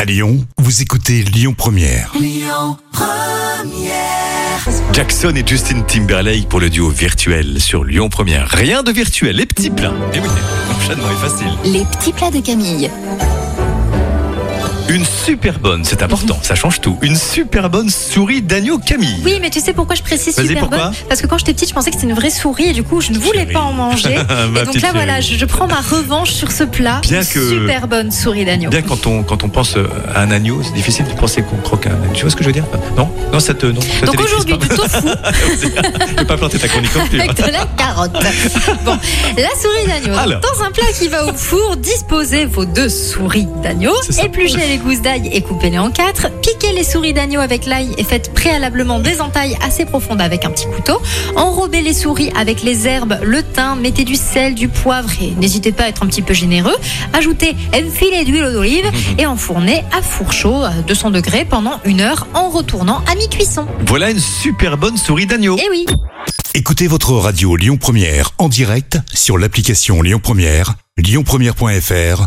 À Lyon, vous écoutez Lyon Première. Jackson et Justin Timberlake pour le duo virtuel sur Lyon Première. Rien de virtuel, les petits plats. Et oui, l'enchaînement est facile. Les petits plats de Camille. Une super bonne, c'est important, ça change tout. Une super bonne souris d'agneau Camille. Oui, mais tu sais pourquoi je précise Vas-y, super pourquoi bonne Parce que quand j'étais petite, je pensais que c'était une vraie souris et du coup, je ne voulais Chérie. pas en manger. Ma et donc petite là, voilà, chérie. je, je prends ma revanche sur ce plat. Bien Une que- Super bonne souris d'agneau. Bien quand on quand on pense euh, à un agneau, c'est difficile de penser qu'on croque un agneau. Tu vois ce que je veux dire Non, non, ça te non. ça Donc t'électrise aujourd'hui, du tofu pas. Je vais pas planter ta chronique non plus. avec de la carotte. Bon, la souris d'agneau. Alors. Dans un plat qui va au four, disposez vos deux souris d'agneau, C'est ça. épluchez les gousses d'ail et coupez-les en quatre, piquez les souris d'agneau avec l'ail et faites préalablement des entailles assez profondes avec un petit couteau, enrobez les souris avec les herbes, le thym, mettez du sel, du poivre et n'hésitez pas à être un petit peu généreux, ajoutez un filet d'huile d'olive Mhm. et enfournez à four chaud à 200 degrés pendant une heure en retournant à mi-cuisson. Voilà une super bonne souris d'agneau. Eh oui Écoutez votre radio Lyon Première en direct sur l'application Lyon Première, lyonpremière.fr